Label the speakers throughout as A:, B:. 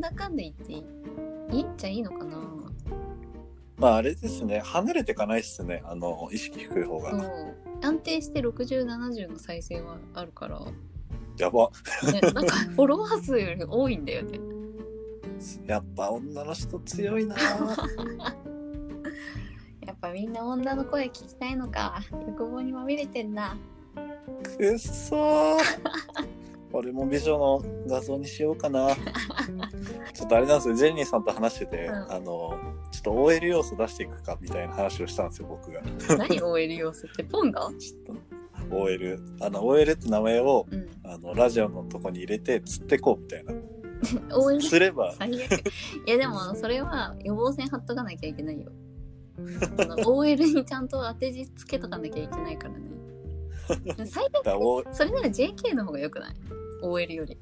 A: だかんだ言っていいいいっちゃいいのかな
B: まああれですね離れてかないっすねあの意識低い方
A: そ
B: が
A: う安定して6070の再生はあるから、ね、
B: やば
A: なんかフォロワー数より多いんだよね
B: やっぱ女の人強いな
A: やっぱみんな女の声聞きたいのか欲望にまみれてんな
B: くっそー俺も美女の画像にしようかなちょっとあれなんですよジェニーさんと話してて、
A: うん
B: あのちょっと OL 要素出していくかみたいな話をしたんですよ僕が
A: 何 OL 要素ってポンが
B: ちょっと OL あの OL って名前を
A: うん
B: あのラジオのとこに入れて釣ってこうみたいな
A: OL
B: すれば
A: 最悪いやでもあのそれは予防線張っとかなきゃいけないよあの OL にちゃんと当て字つけとかなきゃいけないからね最悪
B: だ O
A: それなら JK の方が良くない ?OL より。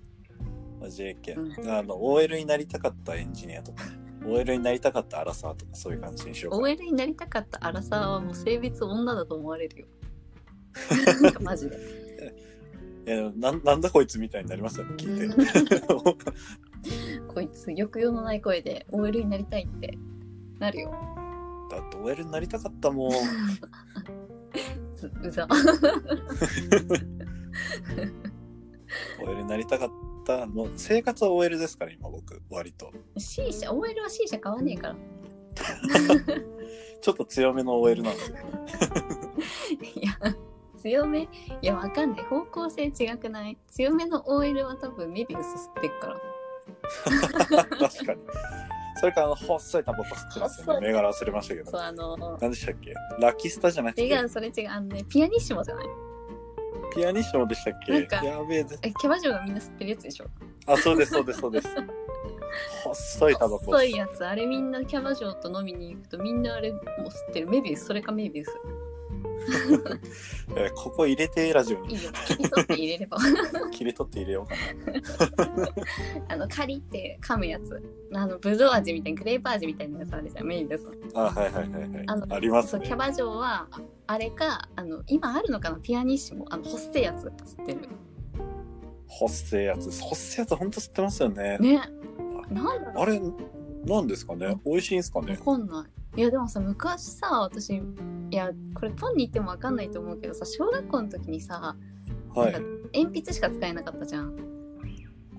A: う
B: JK あの OL になりたかったエンジニアとか OL になりたかったアラサーとかそういう感じにしようかな
A: OL になりたかったアラサーはもう性別女だと思われるよ。マジで。
B: いやなんなんだこいつみたいになりますよね 聞いて
A: こいつ抑揚のない声で OL になりたいってなるよ。
B: だって OL になりたかったもん
A: つうざ。
B: OL になりたかったもう生活は OL ですから今僕割と
A: C 社、OL は C 社買わねえから。
B: ちょっと強めの OL なんですよ
A: いや、強め、いや、わかんない。方向性違くない強めの OL は多分メビウス吸ってっから。
B: 確かにそれからあの細いタバコ吸ってますよ
A: 細
B: ね銘柄忘れましたけ
A: そう、
B: ど
A: あの、
B: 何でしたっけラキスタじゃなくて
A: 違う、それ違う。あのね、ピアニッシモじゃない
B: ピアニッシモでしたっけ
A: なんか
B: やべえぜ
A: えキャバ嬢がみんな吸ってるやつでしょ
B: あそうですそうですそ うです細いタバコ
A: 細いやつあれみんなキャバ嬢と飲みに行くとみんなあれもう吸ってるメビウスそれかメビウス
B: えーここ入れてラジオ
A: い
B: に
A: いよ切り取って入れ れば
B: 切り取って入れようか
A: あのカリって噛むやつあのブドウ味みたいなグレープ味みたいなやつあるじゃんメビウス
B: なあはいはいはいはい
A: あの
B: あります
A: そうキ
B: ね
A: ャバ嬢はああれかあの今あるのかなピアニッシモあの細いやつ吸ってる
B: 細いやつ細いやつほんと吸ってますよね
A: ねなんだろ
B: あれなんですかね美味しいんですか
A: うわ
B: ね
A: かんないいやでもさ昔さ私いやこれポンに言ってもわかんないと思うけどさ小学校の時にさ
B: はい
A: なんか鉛筆しか使えなかったじゃんだ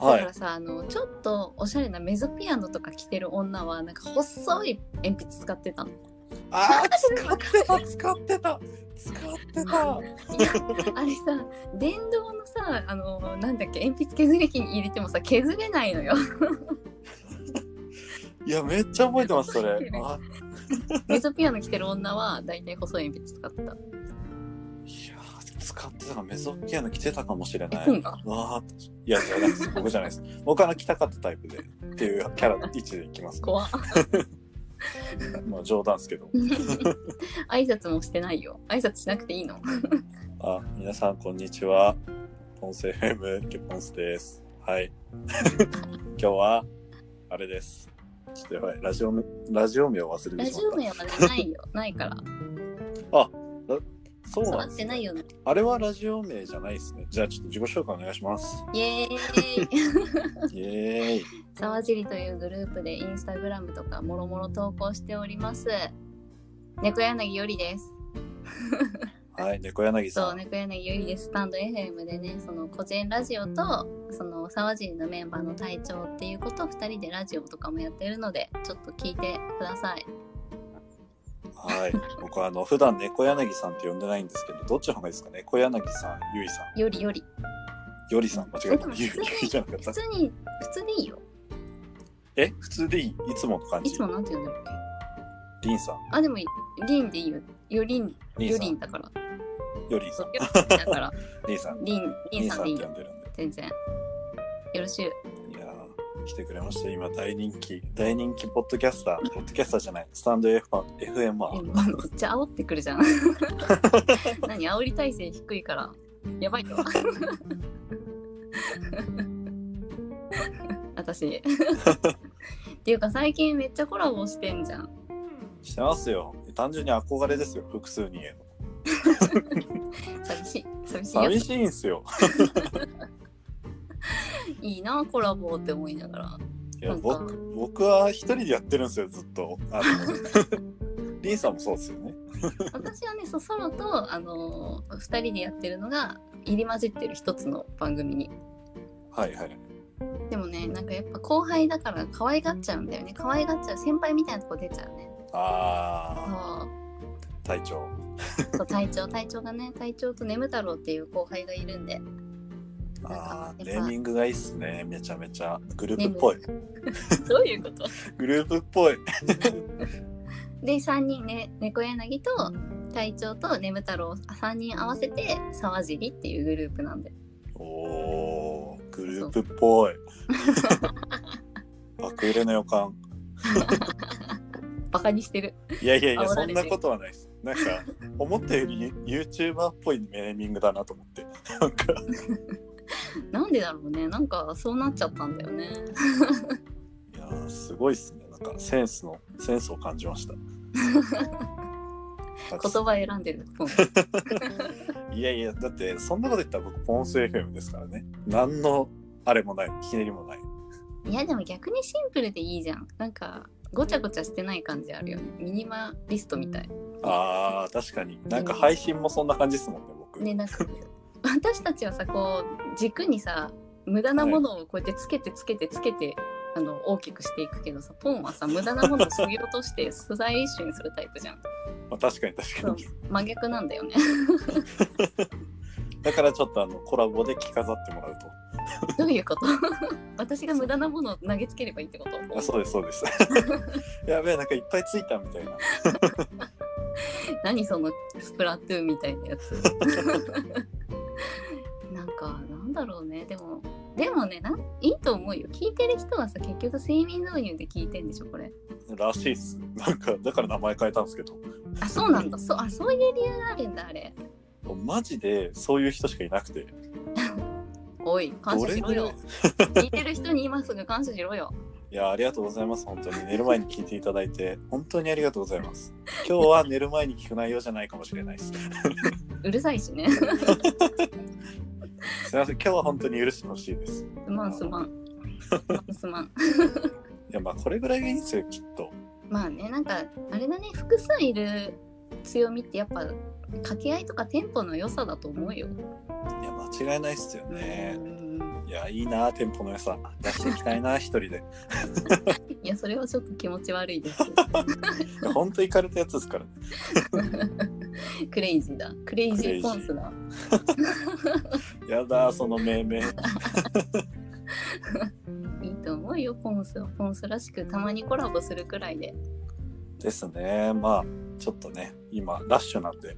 B: は
A: か
B: い
A: らさあのちょっとおしゃれなメゾピアノとか着てる女はなんか細い鉛筆使ってたの。い
B: あー使ってた使ってた使ってた
A: やあれさ電動のさあのなんだっけ鉛筆削り器に入れてもさ削れないのよ。
B: いやめっちゃ覚えてます それあ
A: メゾピアノ着てる女はだいたい細い鉛筆使ってた。
B: いやー使ってたからメゾピアノ着てたかもしれ
A: え
B: ない
A: ポンが
B: わあいやじゃないです僕じゃないです僕は着たかったタイプでっていうキャラの位置でいきます
A: 怖っ
B: まあ冗談ですけど
A: 挨拶もしてないよ。挨拶しなくていい の。
B: あ皆さんこんにちはポンセ FM ケポンスですはい 今日はあれですちょっとやばいラジオラジオ名を忘れ
A: ラ
B: て
A: ジ
B: しま
A: オ
B: っ
A: 名はねないよ。ないから。
B: た そうな
A: 触っ
B: んで
A: て
B: す、
A: ないよね。
B: あれはラジオ名じゃないですねじゃあちょっと自己紹介お願い します
A: イエーイ
B: イエーイ
A: 沢尻というグループでインスタグラムとかもろもろ投稿しております。猫柳よりです。
B: はい猫柳さん
A: そう、猫柳ゆりです。スタンド FM でね、その個人ラジオと、その沢尻のメンバーの隊長っていうことを2人でラジオとかもやってるので、ちょっと聞いてください。
B: はい僕はあの普段猫柳さんって呼んでないんですけどどっちの方がいいですかね小柳さんゆいさん
A: よりより。
B: よりさん間違えた
A: えでも
B: ゆゆいじゃなかっ
A: 普
B: た
A: 通に、普通でいいよ。
B: え普通でいいいつもの感
A: い
B: じ
A: つもなんて呼んだっけ
B: りんさん
A: あ、でも、りんでいいよ。よりん、
B: りん
A: よ
B: さん
A: りんだから。
B: より
A: そう、よりんだから。
B: りんさん
A: りん、り
B: り
A: ん
B: ん
A: さ
B: さ
A: んで
B: んっ
A: いい
B: て呼
A: よ。
B: んでるんで
A: 全然。よろしゅう。
B: いやー来てくれました今大人気大人気ポッドキャスターポッドキャスターじゃないスタンド F- FMR
A: 今めっちゃ煽ってくるじ ゃん。何、煽り体勢低いから。やばいよ。 私。っていうか最近めっちゃコラボしてんじゃん。
B: してますよ単純に憧れですよ複数人への
A: 寂しい。寂しいや
B: 寂しいんすよ
A: つ。いいな、コラボって思いながら。
B: いや
A: なんか
B: 僕僕は一人でやってるんですよずっと あのリンさんもそうですよね
A: 私はねそうソロと、あのー、2人でやってるのが入り混じってる一つの番組に
B: はいはい
A: でもねなんかやっぱ後輩だから可愛がっちゃうんだよね可愛がっちゃう先輩みたいなとこ出ちゃうね
B: あ
A: そう
B: ー隊長
A: そう隊長隊長がね隊長と眠太郎っていう後輩がいるんで
B: あー
A: やっ
B: ネ
A: ぱ
B: ーミングがいいっすねめちゃめちゃグループっぽい
A: どういうこと
B: グループっぽい
A: で3人ね猫柳と隊長と眠太郎3人合わせて沢尻っていうグループなんで
B: おーグループっ ぽい爆売れの予感
A: バカにしてる
B: いやいやいや
A: 煽
B: そ
A: ら
B: ん
A: れてる
B: なことはないですなんか思ったより YouTuber っぽいネーミングだなと思ってなんか
A: なんでだろうねなんかそうなっちゃったんだよね
B: いやーすごいっすねなんかセンスのセンスを感じ ました
A: 言葉選んでる ポン
B: いやいやだってそんなこと言ったら僕ポンス FM ですからね何のあれもないひねりもない
A: いやでも逆にシンプルでいいじゃんなんかごちゃごちゃしてない感じあるよねミニマリストみたい
B: あー確かになんか配信もそんな感じですもんね僕
A: ねなん か私たちはさこう軸にさ無駄なものをこうやってつけてつけてつけて、あの大きくしていくけどさポンはさ無駄なものを削ぎ落と して素材一種にするタイプじゃん
B: まあ、確かに確かに
A: 真逆なんだよ ね
B: だからちょっとあのコラボで着飾ってもらう
A: どういうこと 私が無駄なものを投げつければいいってこと
B: とあそうですそうですやべえなんかいっぱいついたみたいな
A: 何そのスプラトゥーンみたいなや つなんかなんだろうねでもでもねなんいいと思うよ聞いてる人はさ結局睡眠導入で聞いてんでしょこれ
B: らしいっすなんかだから名前変えたんですけど
A: あそうなんだそうあそういう理由があるんだあれ
B: マジでそういう人しかいなくて
A: おい感謝しろ
B: ど
A: よ
B: れぐらい
A: 聞いてる人に今すぐ感謝しろよ
B: いやありがとうございます本当に寝る前に聞いていただいて本当にありがとうございます今日は寝る前に聞く内容じゃないかもしれないです
A: うるさいしね
B: すいません今日は本当に許してほしいです
A: すまんすまんすまんすまん
B: いやまあこれぐらいがいいんですよきっと
A: まあねなんかあれだね複数いる強みってやっぱ掛け合いとかテンポの良さだと思うよ、
B: いや間違いないっすよね
A: うん
B: いやいいな店舗の良さ出していきたいな一人で
A: いやそれはちょっと気持ち悪いです。
B: いや本当行かれたやつですから、ね、
A: クレイジーだ。クレイジーポンスだ。
B: やだその命名
A: いいと思うよポンスはポンスらしくたまにコラボするくらいで。
B: ですねまあちょっとね今ラッシュなんで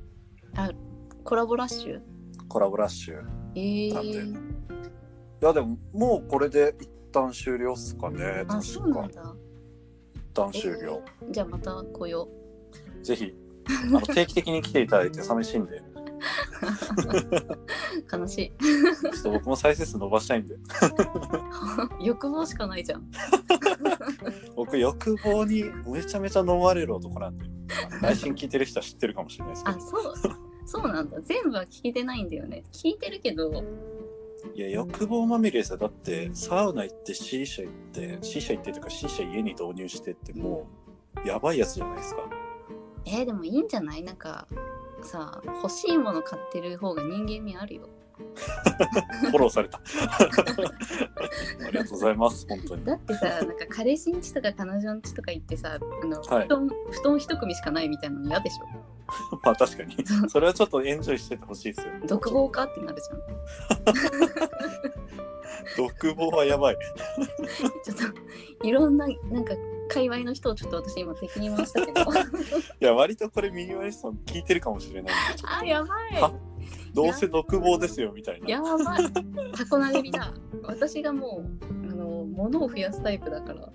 A: コラボラッシュ
B: コラボラッシュい
A: え
B: なん
A: ー、
B: やでももうこれで一旦終了っすかね
A: あそう
B: 確
A: な
B: か
A: んだ。
B: 一旦終了、
A: じゃあまた来よう。
B: ぜひあの定期的に来ていただいて寂しいんで
A: 悲し
B: ちょっと僕も再生数伸ばしたいんで
A: い。 欲望しかないじゃん。
B: 僕欲望にめちゃめちゃ飲まれる男なんで配信聞いてる人は知ってるかもしれないですけ
A: あそう。そうなんだ全部は聞いてないんだよね聞いてるけど
B: どいや欲望まみれですよだってサウナ行って C 社行って C 社行ってとか C 社家に導入してってもうやばいやつじゃないですか
A: えーでもいいんじゃないなんかさ欲しいもの買ってる方が人間味あるよ
B: フォローされた ありがとうございます本当に
A: だ ってさなんか彼氏んちとか彼女んちとか行ってさあの、
B: はい
A: 布団布団一組しかないみたいなの嫌でしょ
B: まあ確かにそれはちょっとエンジョイしててほしいですよ
A: 独房かってなるじ ゃん
B: 独房はやばい
A: ちょっといろんななんか界隈の人をちょっと私今敵に回したけ ど
B: いや割とこれミニマリストも聞いてるかもしれないんでちょっと
A: あやば
B: はどうせ独房ですよみたい
A: い
B: な
A: やば いタコ並びだ私がもうあの物を増やすタイプだから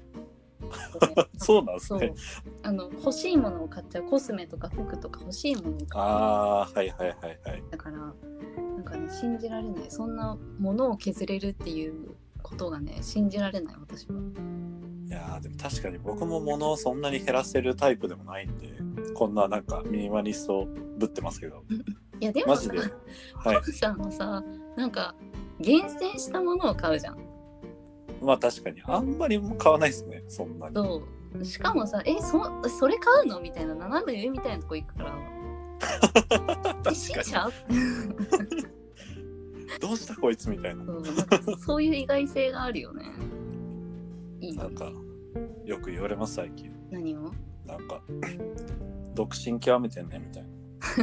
B: そうなんです
A: そ
B: ね
A: うあの欲しいものを買っちゃうコスメとか服とか欲しいものを買っちゃう
B: ああはいはいはいはい
A: だからなんかね信じられないそんなものを削れるっていうことがね信じられない私はい
B: やーでも確かに僕も物をそんなに減らせるタイプでもないんでこんななんかミニマリストぶってますけど
A: いやでも
B: マジ
A: さ
B: ではい
A: カズさんはさなんか厳選したものを買うじゃん
B: まあ確かに、あんまり買わないですね、そんなに。
A: そうしかもさ「えそそれ買うの?」みたいな斜め上みたいなとこ行くから 「
B: 確
A: え新
B: か
A: 車?
B: に。どうしたこいつみたいな。
A: そう」なんかそういう意外性があるよね。いい
B: な
A: よ
B: んか、よく言われます、最近。
A: 何を
B: なんか、 独身極めてんね、みたい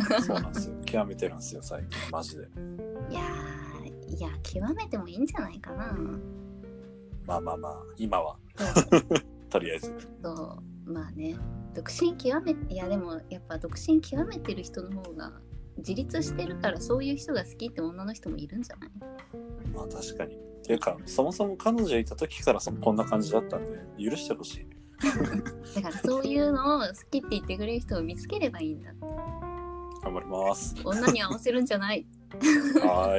B: な。そうなんですよ。極めてるんですよ、最近。マジで。
A: いやーいや極めてもいいんじゃないかな。
B: まあまあまあ、今は、
A: そう
B: とりあえず。
A: そうまあね独身極めいやでもやっぱ独身極めてる人の方が自立してるからそういう人が好きって女の人もいるんじゃない
B: まあ確かに。っていうか、そもそも彼女いた時からそこんな感じだったんで、許してほしい。
A: だからそういうのを好きって言ってくれる人を見つければいいんだ
B: 頑張ります。
A: 女に合わせるんじゃない
B: は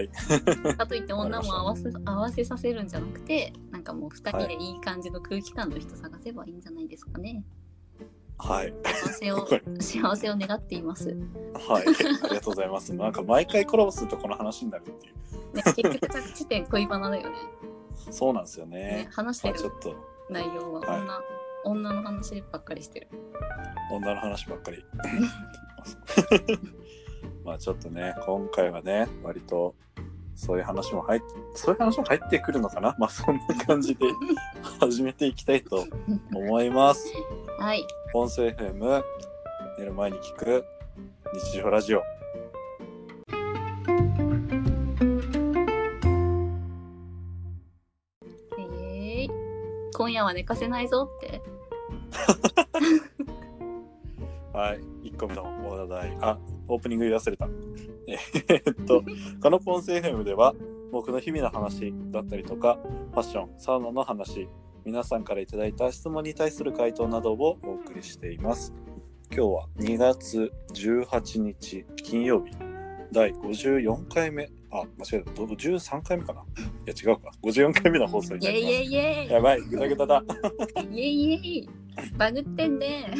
B: ーい。
A: かといって女も合わせ合わせさせるんじゃなくてなんかもう2人でいい感じの空気感の人探せばいいんじゃないですかね
B: はい。
A: 幸せを幸せを願っています、ね、
B: はい。ありがとうございます。なんか毎回コラボするとこの話になるっていう。
A: 結局着地点恋バナだよね
B: そうなんですよ
A: ね
B: ね。
A: 話し
B: ま
A: て
B: あ、ちょ
A: る
B: っと
A: 内容は
B: はい
A: 女,、女の話ばっかりしてる
B: 女の話ばっかり。 まあちょっとね、今回はね、割とそういう話も入って、そういう話も入ってくるのかなまあそんな感じで始めていきたいと思います。
A: はい
B: 音声 FM 寝る前に聞く日常ラジオ。
A: えー、今夜は寝かせないぞって
B: はい、1個目のお題、あ、オープニング言い忘れた。えーっと、このポンセ FM では、僕の日々の話だったりとか、ファッション、サウナの話、皆さんからいただいた質問に対する回答などをお送りしています。今日は2月18日金曜日、第54回目、あ、間違えた、53回目かな。いや、違うか、54回目の放送に
A: イエ
B: なり
A: イ
B: ます。
A: イエイイ
B: やばい、ぐだぐだだ。
A: エイイエイイエイバグってん ね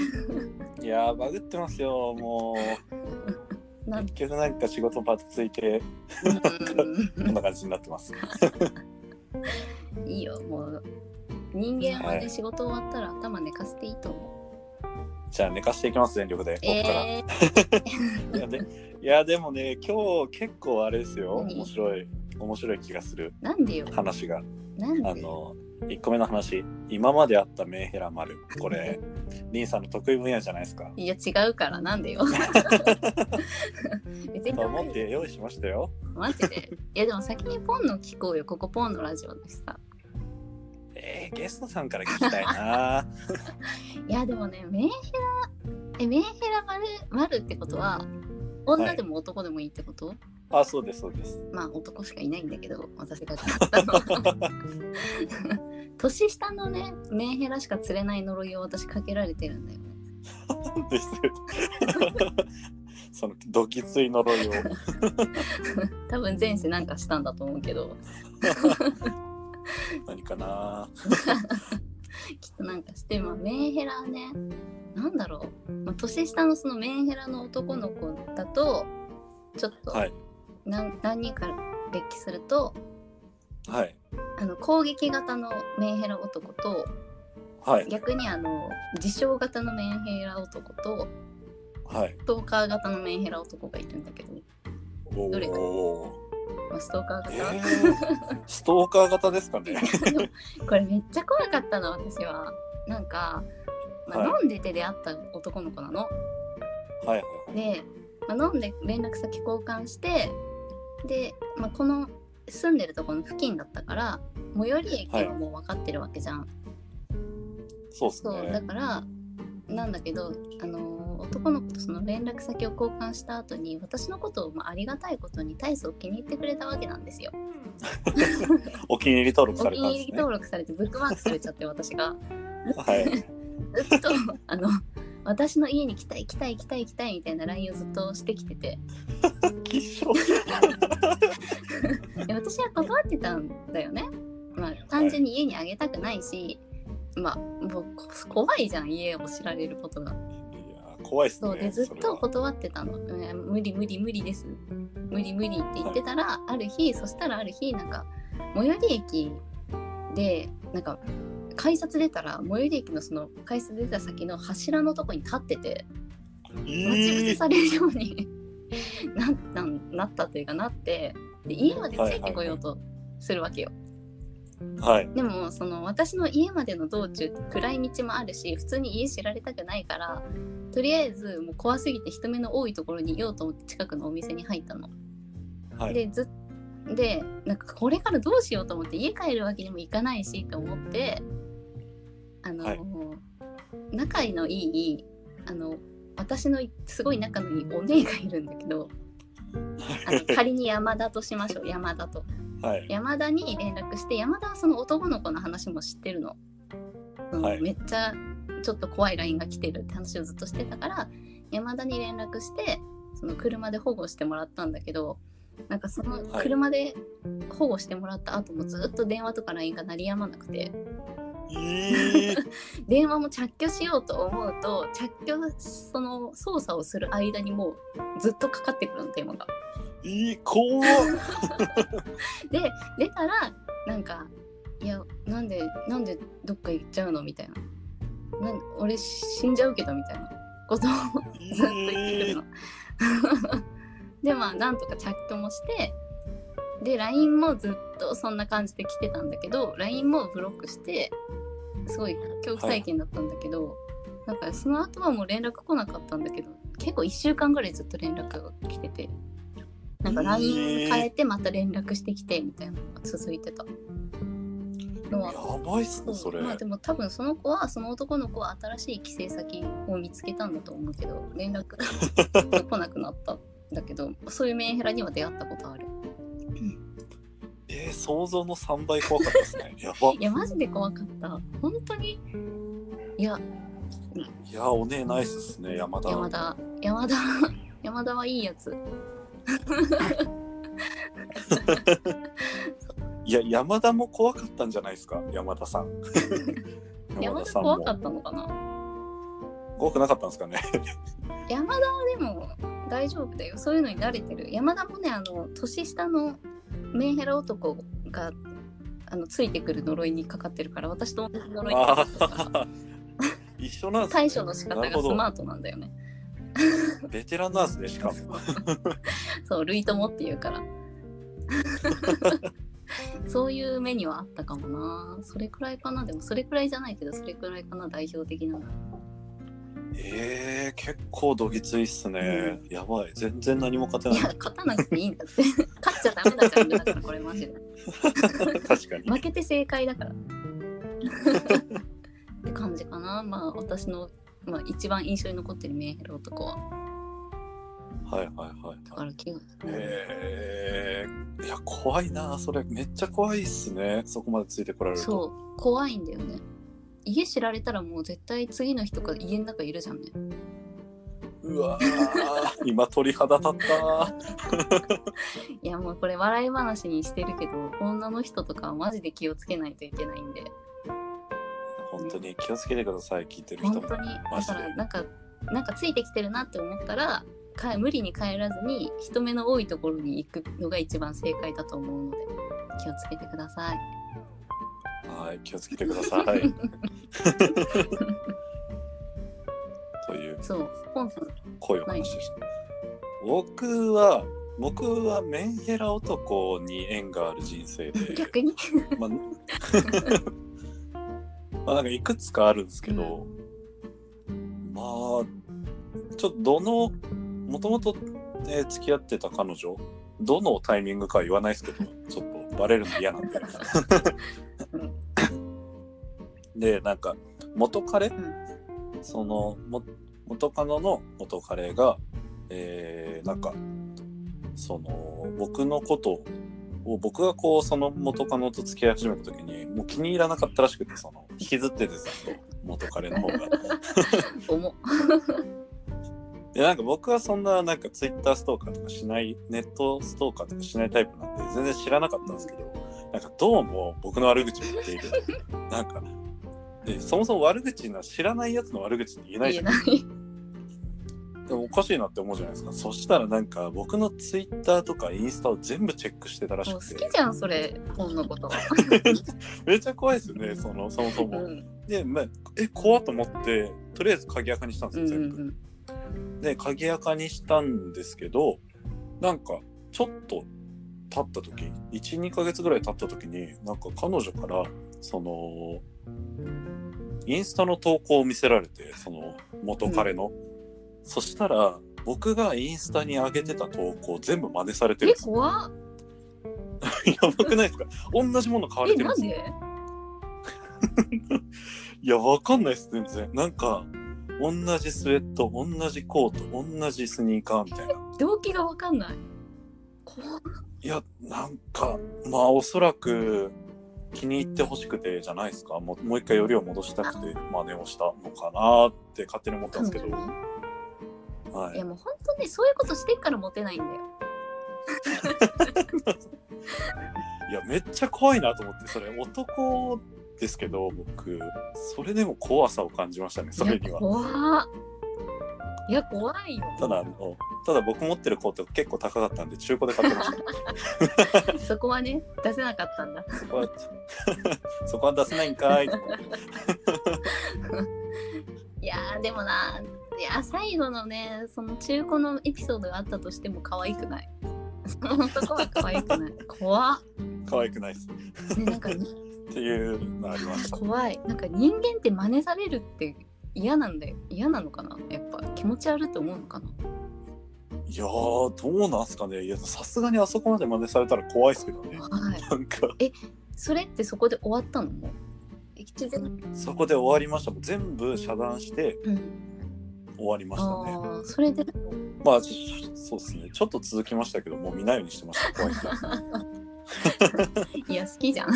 B: いやー、バグってますよ、も う。
A: なん
B: 結局なんか仕事バタついて
A: うん
B: こんな感じになってます。
A: いいよもう人間はね、
B: はい
A: 仕事終わったら頭寝かせていいと思う。
B: じゃあ寝かしていきます全力でここから。
A: えー、
B: いやでいやでもね今日結構あれですよ
A: 何
B: 面白い面白い気がする
A: なんでよ
B: 話が
A: なん
B: あ
A: でよ
B: の1個目の話今まであったメンヘラ丸 これリンさんの得意分野じゃないですか。
A: いや違うからなん でよ別に
B: と思って用意しましたよ。
A: マジでいやでも先にポンの聞こうよここポンのラジオでさ
B: えー、ゲストさんから聞きた いな。
A: いやでもねメンヘラえメンヘラ丸丸ってことは女でも男でもいいってこと、
B: あそうですそうです。
A: まあ男しかいないんだけど私が買ったのは 年下のねメンヘラしか釣れない呪いを私かけられてるんだよね
B: です。 そのどきつい呪いを。
A: 多分前世なんかしたんだと思うけど
B: 何かな。
A: きっとなんかして、まあ、メンヘラはねなんだろう、まあ、年下のそのメンヘラの男の子だとちょっと
B: はい
A: 何,、何人か歴記すると
B: はい
A: あの攻撃型のメンヘラ男と
B: はい
A: 逆にあの自称型のメンヘラ男と
B: はい。
A: ストーカー型のメンヘラ男がいるんだけど、
B: お
A: どれだ
B: お。
A: まあ、ストーカー型、
B: えーストーカー型ですかね。
A: これめっちゃ怖かったな私はなんか、まあ
B: は
A: 飲んでて出会った男の子なの、
B: はいはい
A: で、まあ飲んで連絡先交換してで、まあ、この住んでるところの付近だったから最寄り駅はもう分かってるわけじゃん、
B: そうです
A: そうだ
B: ね。
A: からなんだけどあのー男の子とその連絡先を交換した後に私のことをまあありがたいことに大層気に入ってくれたわけなんですよ。
B: お気に入り登録
A: お
B: さ
A: 気
B: れたん
A: に入
B: です
A: り
B: ね。
A: 登録されてブックマークされちゃって私が
B: はい。
A: ずっとあの私の家に来たい来たい来たい来たいみたいな LINE をずっとしてきてて
B: 気象。
A: いや私は断ってたんだよね。まあ、単純に家にあげたくないし、まあもうこ怖いじゃん家を知られることが。
B: いやー怖いですね。
A: そうでずっ
B: それ
A: と
B: は
A: 断ってたの「うん無理無理無理です無理無理」って言ってたら、ある日そしたらある日なんか最寄り駅でなんか改札出たら最寄り駅のその改札出た先の柱のとこに立ってて待ち伏
B: い
A: せ
B: い
A: されるように なったなったというかなってで家までついてこようとするわけよ、
B: はい。
A: でもその私の家までの道中暗い道もあるし普通に家知られたくないからとりあえずもう怖すぎて人目の多いところにいようと思って近くのお店に入ったの。
B: はい。
A: でずっでなんかこれからどうしようと思って家帰るわけにもいかないしと思ってあの、
B: はい
A: 仲のいいあの私のすごい仲のいいお姉がいるんだけどあの仮に山田としましょう山田と
B: はい。
A: 山田に連絡して山田はその男の子の話も知ってるの、うん
B: はい
A: めっちゃちょっと怖い LINE が来てるって話をずっとしてたから山田に連絡してその車で保護してもらったんだけどなんかその
B: はい
A: 車で保護してもらった後もずっと電話とか LINE が鳴りやまなくて
B: いい。
A: 電話も着去しようと思うと着去その操作をする間にもうずっとかかってくるの電話が。
B: いい。怖っ。
A: で出たらなんか「いやなんでなんでどっか行っちゃうの?」みたいななん「俺死んじゃうけど」みたいなことを
B: い
A: ずっと言ってく
B: い
A: るの。 でまあなんとか着去もしてで LINE もずっとそんな感じで来てたんだけど LINE もブロックしてすごい恐怖体験だったんだけど、なんかその後はもう連絡来なかったんだけど結構1週間ぐらいずっと連絡が来ててなんか LINE 変えてまた連絡してきてみたいなのが続いてたのは
B: やばいっすね、それ。
A: まあでも多分その子はその男の子は新しい帰省先を見つけたんだと思うけど連絡 が来なくなったんだけどそういうメンヘラには出会ったことある
B: えー、想像の3倍怖かっ たですね。やば。
A: いやマジで怖かった本当にいや
B: いや、おねえナイスっすね、山田。
A: 山田山田 山田はいいやつ
B: いや、山田も怖かったんじゃないですか、山田さん。
A: 山田
B: さんも
A: 怖かったのかな
B: 怖くなかったんですかね。
A: 山田はでも大丈夫だよそういうのに慣れてる山田もねあの年下のメンヘラ男があのついてくる呪いにかかってるから私と同じ呪いにかか
B: あ
A: ってるから
B: ー 一緒なんですね。
A: 対処の仕方
B: な
A: が
B: るほ
A: ス
B: ど
A: マートなんだよね。
B: ベテランなんですね、しかも。
A: そう、類友って言うから。そういう目にはあったかもな。それくらいかな。でもそれくらいじゃないけど、それくらいかな。代表的なの。
B: えー、結構どぎついっすね。やばい。全然何も勝て
A: いや
B: な、
A: 勝たなくていいんだって。勝っちゃダメなジャンルだから、これマジで。
B: い。 確かに。
A: 負けて正解だから。って感じかな。まあ、私の、まあ、一番印象に残ってるメンヘラ男は。
B: はいはいはい
A: だ。から、気が。
B: えー、いや、怖いな、それ。めっちゃ怖いっすね。そこまでついてこられると。
A: そう怖いんだよね家知られたらもう絶対次の日とか家の中いるじゃんね
B: う わー、今鳥肌立った。
A: いやもうこれ笑い話にしてるけど女の人とかはマジで気をつけないといけないんで
B: 本当に気をつけてください、聞いてる人
A: 本
B: も。
A: 当に
B: マ
A: だ
B: ジ
A: か
B: で
A: らなんかなんかついてきてるなって思ったらか無理に帰らずに人目の多いところに行くのが一番正解だと思うので気をつけてください
B: はい、気をつけてく ださい。という
A: そうポンさん
B: 声を話でした。僕は、僕はメンヘラ男に縁がある人生で、
A: 逆 に
B: まあ、まあなんかいくつかあるんですけど、まあ、ちょっとどの、もともと、ね、付き合ってた彼女、どのタイミングかは言わないですけど、ちょっとバレるの嫌なんで。でなんか元彼、
A: ん
B: そのも元カノの元彼が、えーなんかその僕のことを僕がこうその元カノと付き合い始めた時にもう気に入らなかったらしくてその引きずっててずっと元彼の 方が。
A: 重っ
B: でなんか僕はそんななんかツイッターストーカーとかしないネットストーカーとかしないタイプなんで全然知らなかったんですけどなんかどうも僕の悪口を言っているなんかでそもそも悪口な知らないやつの悪口って言えない
A: 言
B: じ
A: え
B: ゃん
A: ない
B: でもおかしいなって思うじゃないですか。そしたらなんか僕のツイッターとかインスタを全部チェックしてたらし
A: もう好
B: く
A: き
B: て。
A: じゃんそれ本の こと。
B: めっちゃ怖いですよね、その、そもそうも。
A: ん
B: で、まあ、え、怖っと思って、とりあえず鍵垢にしたんです
A: う
B: よ、
A: んう
B: 全部。
A: ん
B: で、鍵垢にしたんですけど、なんか、ちょっと経った時、1、2ヶ月ぐらい経った時に、なんか彼女から、その、インスタの投稿を見せられて、その、元彼の。そしたら、僕がインスタに上げてた投稿全部真似されて
A: え
B: るんですよ。
A: 怖っ
B: やばくないですか同じもの買われ
A: え
B: てるん
A: な
B: で
A: ん
B: すよ。
A: で？
B: いや、わかんないです、全然。なんか、同じスウェット、同じコート、同じスニーカーみたいな。
A: 動機がわかんない。怖っ
B: いや、なんか、まあ、おそらく気に入ってほしくてじゃないですか。もうもう一回よりを戻したくて真似をしたのかなって勝手に思ったんですけど。はいい。
A: やもう本当ねそういうことしてっからモテないんだよ。
B: いや、めっちゃ怖いなと思って、それ男ですけど、僕、それでも怖さを感じましたね、それ
A: い
B: に
A: や
B: は。
A: 怖っいや怖いよ。
B: ただ、あの、ただ僕持ってるコート結構高かったんで、中古で買ってました。
A: そこはね出せなかったんだ。
B: そこは、 そこは出せないんかいと思って。
A: いやーでもないやー最後のねその中古のエピソードがあったとしても可愛くない。その男は可愛くない。怖っ
B: 可愛くないです。
A: ねなんか
B: っていうのありました。
A: 怖いなんか人間って真似されるって嫌なんだよ嫌なのかなやっぱ気持ち悪いと思うのかない
B: やー、どうなんすかね。いや、さすがにあそこまで真似されたら怖いですけどね。
A: はい
B: なんか、
A: それってそこで終わったのもう一然
B: そこで終わりました。もう全部遮断して
A: うん
B: 終わりましたね。
A: ああそれで
B: まあ、ちそうですね。ちょっと続きましたけど、もう見ないようにしてました。怖いから。
A: い や好きじゃん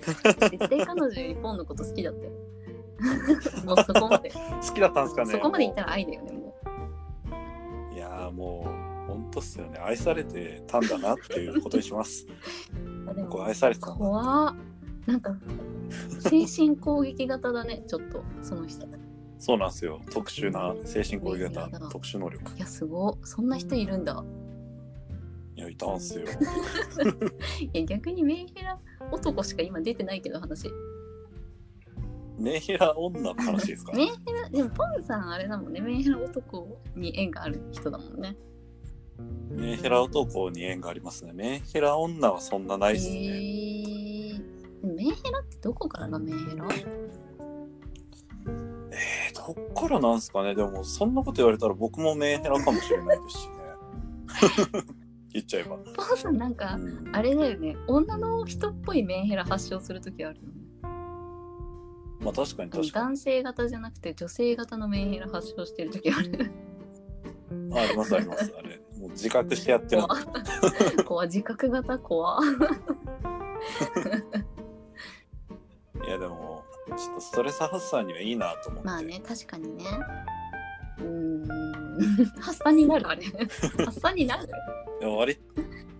A: 絶対彼女日本のこと好きだって もうそこまで、
B: 好きだったんですかね。
A: そこまでいった
B: も
A: ら愛だよねも
B: ういやー、もう、本当っすよね。愛されてたんだなっていうことにします。
A: うあで
B: こう
A: も
B: 愛されてたんだ。
A: 怖っなんか精神攻撃型だねちょっとその人い
B: そうなんですよ。特殊な精神攻撃
A: いや
B: 型
A: いや、
B: 特殊能力。
A: やすごっそんな人いるんだ
B: いや、いたんすよ。
A: いや逆にメンヘラ男しか今出てないけど話
B: メンヘラ女の話ですか
A: メンヘラでもポンさんあれだもんねメンヘラ男に縁がある人だもんね
B: メンヘラ男に縁がありますね。メンヘラ女はそんなな
A: へ
B: いですね。
A: ーでもメンヘラってどこからがメンヘラ
B: えーどっからなんすかねでも、そんなこと言われたら僕もメンヘラかもしれないですしね。 言っちゃえば。
A: ポンさんなん
B: う
A: か
B: ん
A: あれだよね女の人っぽいメンヘラ発症するときあるよね
B: まあ確かに確かに。
A: 男性型じゃなくて女性型のメンヘラ発症してるときある
B: あありますあります。あれ。もう自覚してやってるんで。
A: 怖自覚型怖
B: いやでも、ちょっとストレス発散にはいいなと思って。
A: まあね確かにねうーん発散になるあれ発散になる
B: でも割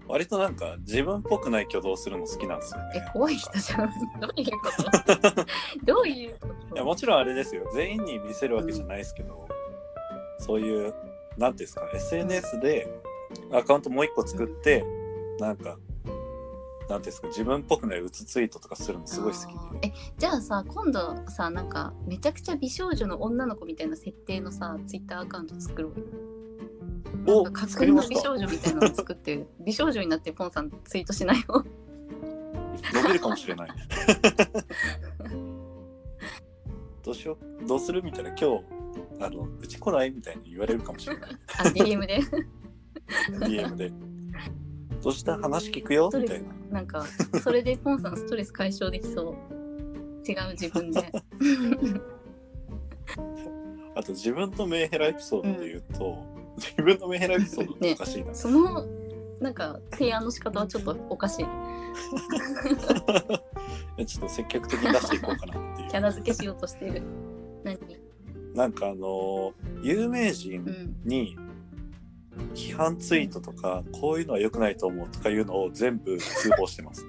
B: 割となんか自分っぽくない挙動するの好きなんですよ
A: え
B: ね。
A: 怖い人じゃんどういうことどういうこと
B: いやもちろんあれですよ全員に見せるわけじゃないですけど、そういう何ていうんですか SNS でアカウントもう一個作って、なんか何ていうんですか自分っぽくないうつツイートとかするのすごい好き
A: あ
B: で
A: ーえじゃあさ今度さなんかめちゃくちゃ美少女の女の子みたいな設定のさツイッターアカウント作ろうよ
B: お
A: なんか架
B: 作り
A: 空の
B: まし
A: 美
B: た
A: 少女みたいなの作って美少女になってポンさんツイートし ないよ
B: 伸びるかもしれない どうしようどうするみたいな今日あのうち来ないみたいに言われるかもしれない
A: あ DM で
B: DM でどうした話聞くよみたいな
A: なんかそれでポンさんストレス解消できそう違う自分 で
B: あと自分のメンヘラエピソードで言うと、自分のメンヘラエピソードっておかしいな、
A: そのなんか提案の仕方はちょっとおかしい
B: ちょっと積極的に出していこうかなって
A: キャ
B: い
A: ラ付けしようとしてる何
B: うなんかあのー有名
A: う
B: 人
A: ん
B: に批判ツイートとかこういうのは良くないと思うとかいうのを全部通報してます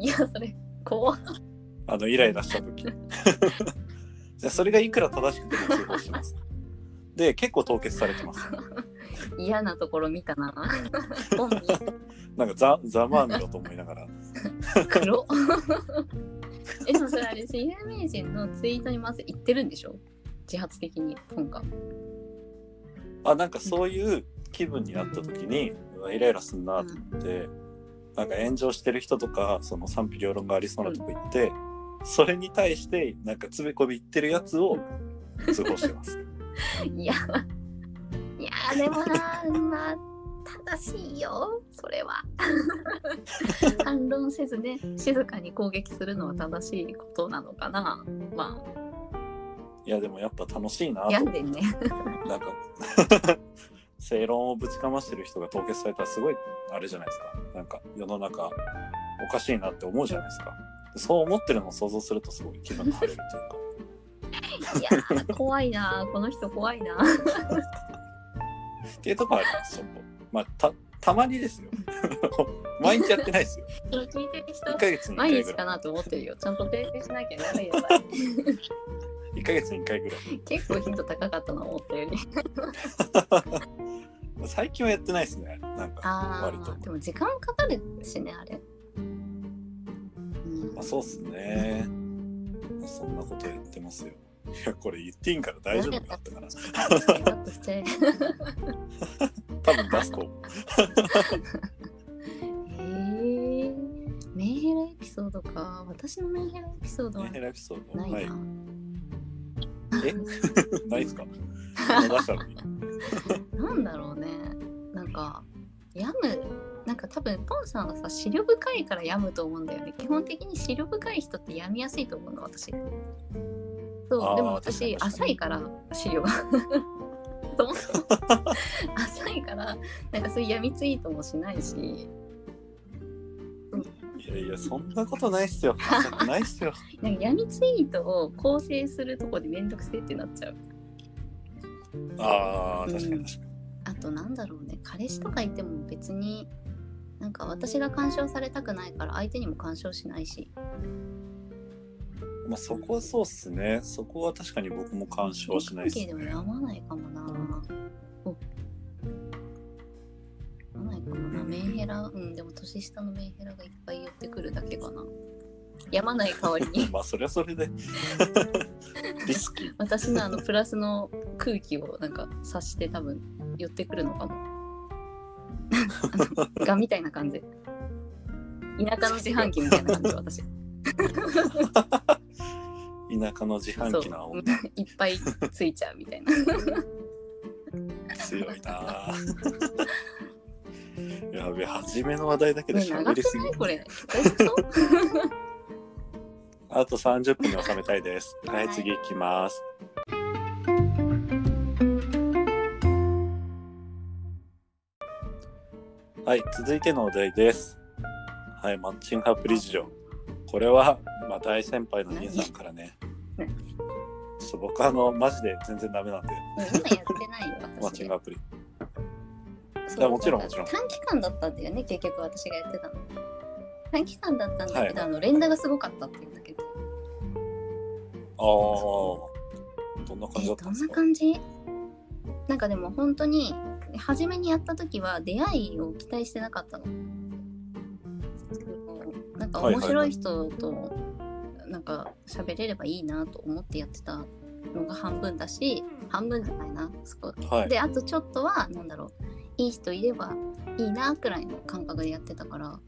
A: いやそれ怖っ
B: あのイライラした時じゃあそれがいくら正しくても通報してますで結構凍結されてます
A: 嫌なところ見た な。ボンビー
B: なんかザザマーミだと思いながら
A: 黒。 え、でもそれあれです、有名人のツイートにまず言ってるんでしょ自発的に、ポンが。
B: あなんかそういう気分になった時にうわイライラすんなと思って、なんか炎上してる人とかその賛否両論がありそうなとこ行って、それに対してなんかつべこび言ってるやつを通報して ます。
A: いや、いやー、でもな、まあ、正しいよ、それ は。反論せずね、静かに攻撃するのは正しいことなのかな。ま
B: いやでもやっぱ楽しいな
A: あ、
B: と
A: 病んでんね。
B: なんか 正論をぶちかましてる人が凍結されたらすごいあれじゃないですかなんか世の中おかしいなって思うじゃないですかそう思ってるのを想像するとすごい気分が晴れるというか
A: いやー、怖いな、この人怖いな。
B: っていうとこありますちょっとまあたたまにですよ 毎日やってないですよ
A: それ聞いてる人
B: 1、ヶ月に1
A: 毎
B: 回
A: 日
B: ぐ
A: からなと思ってるよ。ちゃんと訂正しなきゃやばいやばい。
B: い1ヶ月に1回ぐらい
A: 結構頻度高かったな、思ったより。
B: 最近はやってないですねなんか
A: あ
B: 割と
A: あ、でも時間かかるしね、あれ。うん
B: まあ、そうっすねそんなことやってますよいやこれ言っていいんから大丈夫だったかな
A: ちょっとしちゃえ。
B: 多分出すと思う
A: へえメンヘラエピソードか私のメンヘラエピソード
B: メ
A: は
B: ンヘラエピソード
A: ないな、
B: はい、えないですか今出したのに
A: なんだろうねなんか病むなんか多分ポンさんはさ視力深いから病むと思うんだよね基本的に視力深い人って病みやすいと思うの私そ
B: あ
A: う
B: ー
A: でも私
B: 確
A: 浅
B: かに確かに
A: いから視 力がそもそも浅いからなんかそういう病みついともしないし
B: いやいやそんなことないっすよないっすよ
A: なんか病みついとを構成するとこでめんどくせえってなっちゃう
B: ああ確かに確か
A: あとなんだろうね彼氏とかいても別になんか私が干渉されたくないから相手にも干渉しないし
B: にまあそこはそうっすねそこは確かに僕も干渉はしないっす
A: 関係でも
B: ね
A: やまないかもなおやまないかもなメンヘラうんでも年下のメンヘラがいっぱい寄ってくるだけかなやまない代わりに
B: まあそれはそれでリスキー
A: 私のあのプラスの空気をなんか察して多分寄ってくるのかも あのガみたいな感じ田舎の自販機みたいな感じ私
B: 田舎の自販機の
A: そう
B: 女
A: いっぱいついちゃうみたいな
B: 強い なあやべ初めの話題だけで
A: ね長く
B: 喋りすぎ
A: ないこれ大丈夫そう
B: あと30分に収めたいです。はい、
A: はい
B: 次行きます。はい、続いてのお題です。はい、マッチングアプリ事情。これは、まあ、大先輩の兄さんからね。
A: 何
B: ちょっと僕あの、マジで全然ダメなんで、
A: もう今やってないよ
B: マッ
A: 私
B: チングアプリ。
A: そう
B: いやもちろんもちろん
A: 短期間だったんだよね結局私がやってたの短期間だったんだけど、
B: はい
A: あの連打がすごかったっていうだけで
B: ああ、どんな
A: え
B: 感じだった
A: ど
B: んで
A: ん
B: す
A: な
B: か
A: 感じなんかでも本当に初めにやった時は出会いを期待してなかったの。なんか面白い人となんか喋れればいいなと思ってやってたのが半分だし半分じゃないなそこ
B: はい。
A: であとちょっとはなんだろういい人いればいいなくらいの感覚でやってたから
B: は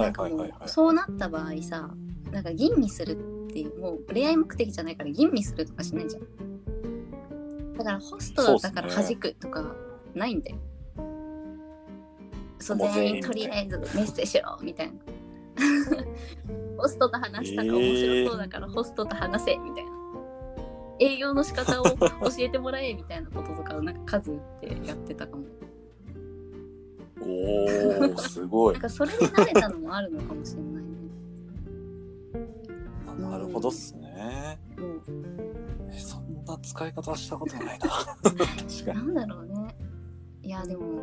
A: ないんか
B: はい
A: も
B: は
A: う
B: いはい。
A: そうなった場合さなんか吟味するっていうもう恋愛目的じゃないから吟味するとかしないじゃんだからホストだから
B: そうっすね
A: 弾くとかないんだよそう
B: もう
A: 全
B: 全
A: 員
B: 員
A: とりあえずメッセージしろみたいな ホストと話したら面白そうだからホストと話せみたいな、営業の仕方を教えてもらえみたいなこととかをなんか数打ってやってたかも
B: おお、すごい
A: なん。かそれで慣れたのもあるのかもしれないね
B: なるほどっすね。
A: もう
B: えそんな使い方はしたことないな。 確かに。
A: なんだろうね。いや、でも、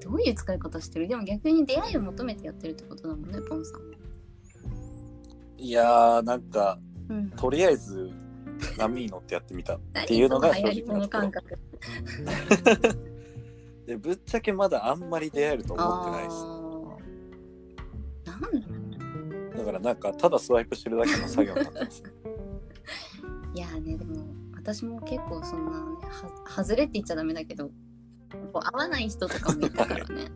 A: どういう使い方してるでも逆に出会いを求めてやってるってことだもんね、ポンさんは。
B: いやー、なんか、
A: うん。
B: とりあえず、波に乗ってやってみた。
A: 何
B: っていうのが
A: そ流行り物感覚。
B: で、ぶっちゃけまだあんまり出会えると思ってないです。
A: あーなんだ
B: だからなんか、ただスワイプしてるだけの作業になって ます。
A: いやーねでも私も結構そんなねは外れって言っちゃダメだけどこう合わない人とかもいたからね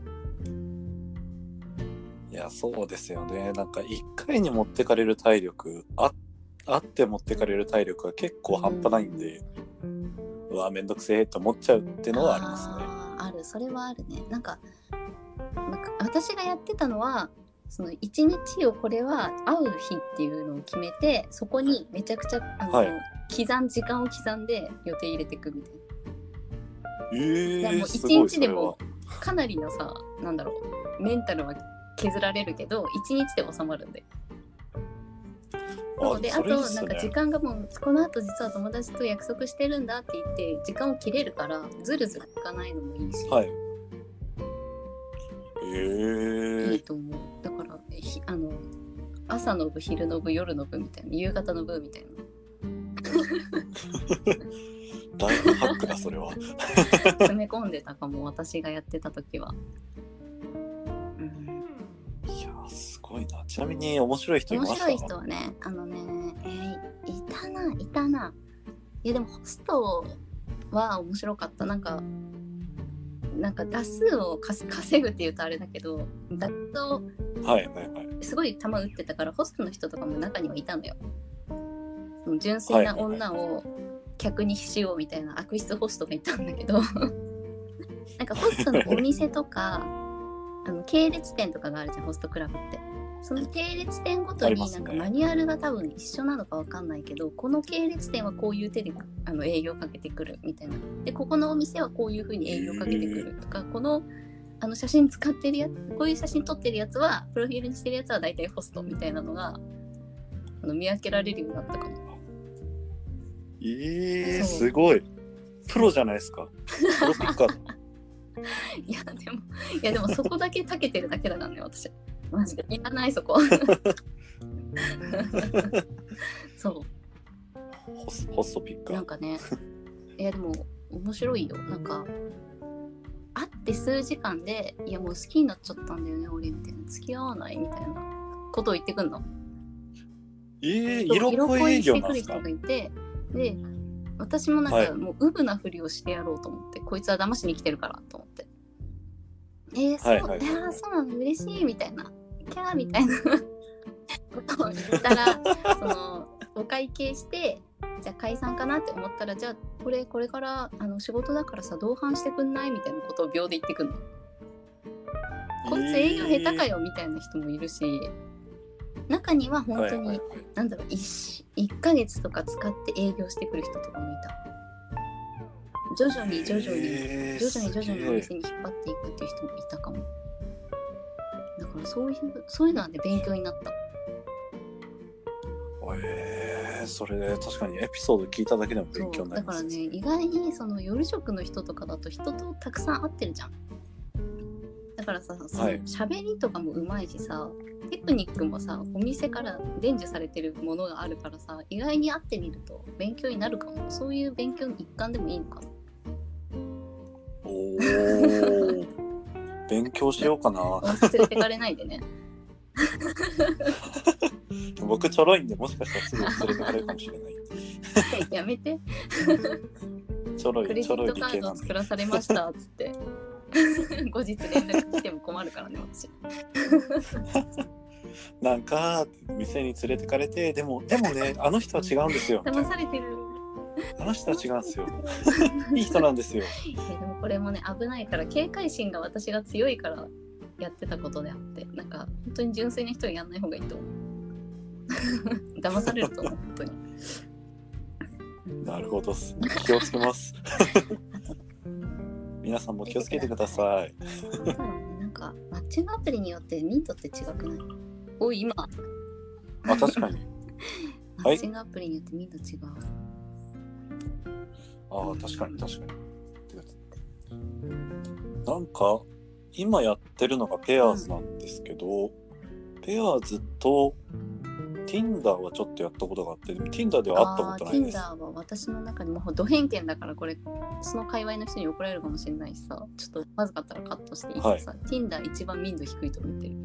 B: いや、そうですよね。なんか、一回に持ってかれる体力、ああって持ってかれる体力が結構半端ないんで、うわ、めんどくせえって思っちゃうっていうのはありますね。
A: あーあるそれはあるねなんかなんか私がやってたのはその1日をこれは会う日っていうのを決めてそこにめちゃくちゃあの、
B: はい
A: 刻ん時間を刻んで予定入れていくみたいな
B: ええ
A: いやもう
B: す
A: 一
B: ごい
A: 日
B: そ
A: で
B: れは
A: も。かなりのさなんだろうメンタルは削られるけど1日で収まるんでそうで、
B: あ
A: あ
B: そ
A: と
B: れいいっすね
A: なんか時間がもうこの後実は友達と約束してるんだって言って時間を切れるからずるずるいかないのもいいし、
B: はい。ええ
A: い、い と思うだからひあの朝の部昼の部夜の部みたいな夕方の部みたい
B: だいぶハックだ、それは。
A: な詰め込んでたかも私がやってた時は、うん、
B: いやー、すごいな。ちなみに、面白い人いま
A: 面
B: した
A: 白い人はねあのねえーいたないたないやでもホストは面白かったなんかなんか打数を稼稼ぐっていうとあれだけど打数を
B: はいはいはい。
A: すごい球打ってたからホストの人とかも中にはいたのよその純粋な女を客にしようみたいな悪質ホストがいたんだけど なんかホストのお店とか あの系列店とかがあるじゃんホストクラブってその系列店ごと
B: あり
A: に
B: ま
A: な
B: すね
A: んかマニュアルが多分一緒なのかわかんないけど、この系列店はこういう手であの営業かけてくるみたいなでここのお店はこういうふうに営業かけてくるとか、このあの写真使ってるやつこういう写真撮ってるやつはプロフィールにしてるやつは大体ホストみたいなのがあの見分けられるようになったかも
B: ええ
A: そう
B: すごい。プロじゃないですか。プロピッカー。
A: いやでもいやでもそこだけたけてるだけだからね私マジでいらないそこそ
B: ホスホストピッ
A: う
B: カ
A: な
B: ー
A: ん。かねいやでも面白いよなんか会って数時間でいやもう好きになっちゃったんだよね俺みたいな付き合わないみたいなことを言ってくんの
B: ええ
A: そう
B: 色恋営
A: し
B: 業
A: て
B: な
A: く
B: ん
A: る
B: ですか
A: 人。がいてで私もなん
B: はい
A: かもうウブなふりをしてやろうと思って、こいつは騙しに来てるからと思ってえー、そう、
B: はいいはいはい
A: やーそうなの嬉しいみたいなキャーみたいなことを言った らそのお会計してじゃあ解散かなって思ったらじゃあこれこれからあの仕事だからさ同伴してくんないみたいなことを秒で言ってくんのこいつ営業下手かよみたいな人もいるし中には
B: えー。
A: 本当
B: はい
A: に
B: はいはい
A: なんだろう 1, 1ヶ月とか使って営業してくる人とかもいた徐々に徐々に
B: えー
A: 徐々に徐々にお
B: す
A: 店に引っ張っていくっていう人もいたかもだからそういうそういうのはね勉強になった
B: げええーそれで確かにエピソード聞いただけでも勉
A: そ
B: 強
A: う
B: にな
A: だ
B: り
A: か
B: ま
A: ら
B: す。
A: ね意外にその夜食の人とかだと人とたくさん会ってるじゃんだからさその
B: はい
A: 喋りとかもうまいしさ、テクニックもさお店から伝授されてるものがあるからさ意外に会ってみると勉強になるかもそういう勉強の一環でもいいのかな
B: おお。勉強しようかな。
A: 忘れてかれないでね。
B: 僕ちょろいんでもしかしたらすぐ忘れてかれるかもしれない。
A: やめて、
B: ちょろ
A: クレ
B: い
A: ジ
B: ちょろ
A: ッ
B: い
A: ト
B: 理
A: カ
B: 系
A: ード
B: な
A: を
B: ん
A: 作
B: で。
A: らされましたっつって。 後日連絡来ても困るからね、私。
B: なんか店に連れてかれてでもでもねあの人は違うんですよみたい
A: 騙
B: な
A: されてる。
B: あの人は違うんですよ。 いい人なんですよ。
A: いやでもこれもね、危ないから、警戒心が私が強いからやってたことであって、なんか、本当に純粋な人はやんない方がいいと思う。 騙されると 思う、本当に。
B: なるほどっす。気をつけます。 皆さんも気をつけてください。
A: そうだねなんか、マッチングアプリによってミントって違くないおい、今、マ
B: あ確かに。
A: ッチングアプリによってミント違う。
B: ああ確かに確かに。なんか今やってるのがペアーズなんですけど、ペアーズと Tinder Tinder はちょっとやったことがあって、でも Tinder では会
A: あ
B: った
A: ー
B: ことないです。
A: Tinder は私の中でもうド偏見だからこれその界隈の人に怒られるかもしれないしさちょっとまずかったらカットしていいけどさ、Tinder 一番民度低いと思ってる